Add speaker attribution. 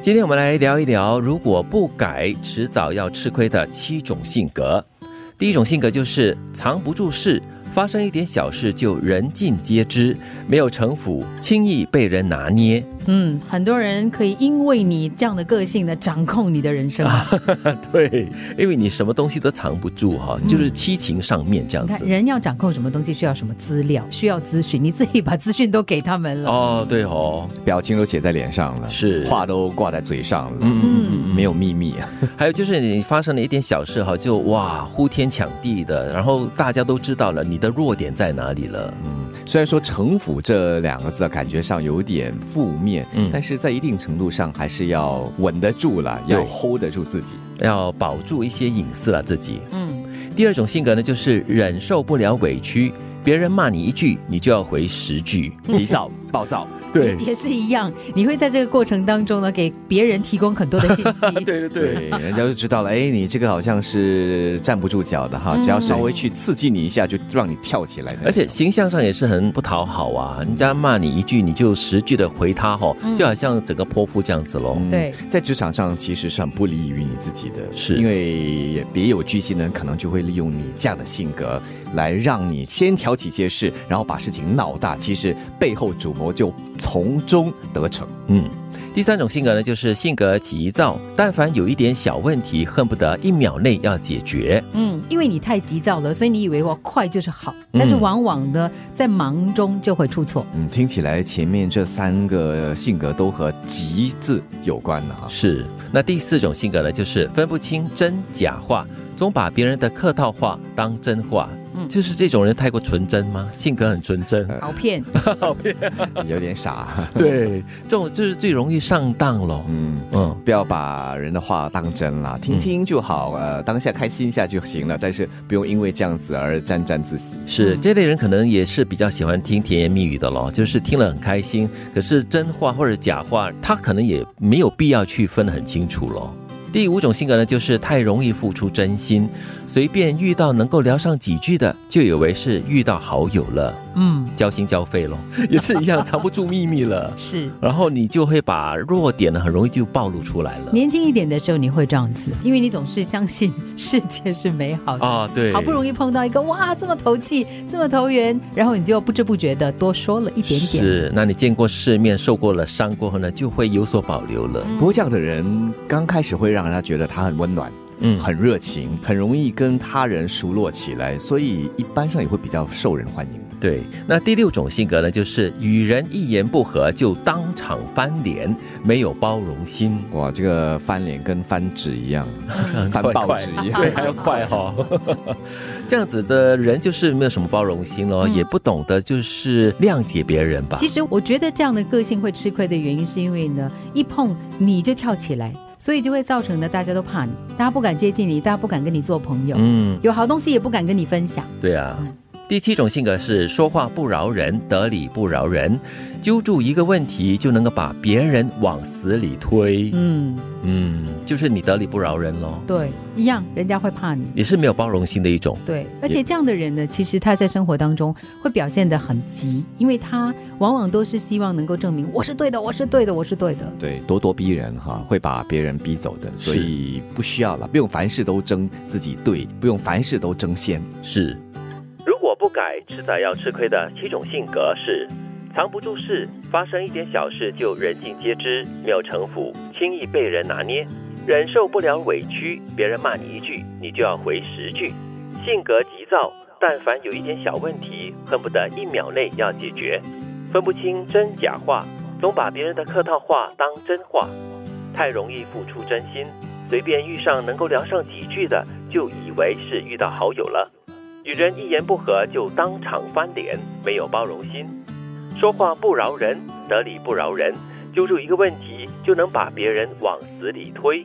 Speaker 1: 今天我们来聊一聊，如果不改，迟早要吃亏的七种性格。第一种性格就是藏不住事，发生一点小事就人尽皆知，没有城府，轻易被人拿捏。
Speaker 2: 嗯，很多人可以因为你这样的个性呢，掌控你的人生。
Speaker 1: 啊对，因为你什么东西都藏不住哈、就是七情上面这样
Speaker 2: 你看，
Speaker 1: 子。
Speaker 2: 人要掌控什么东西，需要什么资料，需要资讯，你自己把资讯都给他们了。
Speaker 1: 哦，对哦，
Speaker 3: 表情都写在脸上了，
Speaker 1: 是
Speaker 3: 话都挂在嘴上了，
Speaker 1: 嗯嗯嗯。
Speaker 3: 没有秘密。
Speaker 1: 还有就是你发生了一点小事哈，就哇呼天抢地的，然后大家都知道了你的弱点在哪里了。
Speaker 3: 虽然说“城府”这两个字啊，感觉上有点负面，
Speaker 1: 嗯
Speaker 3: 但是在一定程度上还是要稳得住了，
Speaker 1: 对
Speaker 3: 要 hold 得住自己。
Speaker 1: 要保住一些隐私了啊自己。
Speaker 2: 嗯，
Speaker 1: 第二种性格呢，就是忍受不了委屈，别人骂你一句，你就要回十句。
Speaker 3: 急躁、暴躁，
Speaker 1: 对
Speaker 2: 也是一样，你会在这个过程当中呢，给别人提供很多的信息。
Speaker 1: 对对 对，
Speaker 3: 对，人家就知道了。哎，你这个好像是站不住脚的哈，只要稍微去刺激你一下，就让你跳起来的
Speaker 1: 嗯
Speaker 3: 那种。
Speaker 1: 而且形象上也是很不讨好啊，人家骂你一句，你就十句的回他吼，就好像整个泼妇这样子喽。
Speaker 3: 嗯
Speaker 2: 对
Speaker 3: 在职场上其实是很不利于你自己的，
Speaker 1: 是
Speaker 3: 因为别有居心的人可能就会利用你这样的性格来让你先挑起一些事，然后把事情闹大，其实背后主谋就从中得逞。
Speaker 1: 嗯，第三种性格呢，就是性格急躁，但凡有一点小问题，恨不得一秒内要解决。
Speaker 2: 嗯，因为你太急躁了，所以你以为我快就是好，
Speaker 1: 嗯
Speaker 2: 但是往往呢，在忙中就会出错。
Speaker 3: 嗯，听起来前面这三个性格都和“急”字有关啊的哈。
Speaker 1: 是，那第四种性格呢，就是分不清真假话，总把别人的客套话当真话。
Speaker 2: 嗯
Speaker 1: 就是这种人太过纯真吗？性格很纯真，
Speaker 2: 好骗，
Speaker 3: 有点傻。
Speaker 1: 对，这种就是最容易上当咯。
Speaker 3: 嗯，
Speaker 1: 嗯，
Speaker 3: 不要把人的话当真啦，听听就好，呃，当下开心一下就行了，但是不用因为这样子而沾沾自喜。
Speaker 1: 是这类人可能也是比较喜欢听甜言蜜语的咯，就是听了很开心，可是真话或者假话，他可能也没有必要去分得很清楚咯。第五种性格呢，就是太容易付出真心，随便遇到能够聊上几句的，就以为是遇到好友了。
Speaker 2: 嗯，
Speaker 1: 交心交肺咯， 也是一样，藏不住秘密了。
Speaker 2: 是。
Speaker 1: 然后你就会把弱点呢，很容易就暴露出来了。
Speaker 2: 年轻一点的时候你会这样子，因为你总是相信世界是美好的。
Speaker 1: 啊，对，
Speaker 2: 好不容
Speaker 1: 易
Speaker 2: 易碰到一个哇，这么投契，这么投缘，然后你就不知不觉的多说了一点点。
Speaker 1: 是，那你见过世面、受过了伤过后呢，就会有所保留了。
Speaker 2: 嗯
Speaker 3: 不过这样的人刚开始会让人家觉得他很温暖，
Speaker 1: 嗯，
Speaker 3: 很热情，很容易跟他人熟络起来，所以一般上也会比较受人欢迎。
Speaker 1: 对。那第六种性格呢，就是与人一言不合就当场翻脸，没有包容心，
Speaker 3: 哇，这个翻脸跟翻纸 一样，
Speaker 1: 很
Speaker 3: 翻
Speaker 1: 快
Speaker 3: 报
Speaker 1: 快
Speaker 3: 纸一样。
Speaker 1: 对，还要快哦哈、 这样子的人就是没有什么包容心咯，也不懂得就是谅解别人吧
Speaker 2: 嗯其。实我觉得这样的个性会吃亏的原因，是因为呢，一碰你就跳起来，所以就会造成呢大家都怕你，大家不敢接近你，大家不敢跟你做朋友，
Speaker 1: 嗯，
Speaker 2: 有好东西也不敢跟你分享。
Speaker 1: 对啊。
Speaker 2: 嗯
Speaker 1: 第七种性格是说话不饶人，得理不饶人，揪住一个问题就能够把别人往死里推。
Speaker 2: 嗯，
Speaker 1: 嗯，就是你得理不饶人咯，
Speaker 2: 对，一样，人家会怕你。
Speaker 1: 也是没有包容心的一种。
Speaker 2: 对，而且这样的人呢，其实他在生活当中会表现得很急，因为他往往都是希望能够证明我是对的，我是对的，我是对的。
Speaker 3: 对，咄咄逼人哈，会把别人逼走的，所
Speaker 1: 是
Speaker 3: 以不需要了，不用凡事都争自己对，不用凡事都争先。
Speaker 1: 是，如果不改，迟早要吃亏的七种性格是：藏不住事，发生一点小事就人尽皆知，没有城府，轻易被人拿捏，忍受不了委屈，别人骂你一句，你就要回十句，性格急躁，但凡有一点小问题，恨不得一秒内要解决，分不清真假话，总把别人的客套话当真话，太容易付出真心。随便遇上能够聊上几句的，就以为是遇到好友了。与人一言不合就当场翻脸，没有包容心，说话不饶人，得理不饶人，揪住一个问题就能把别人往死里推，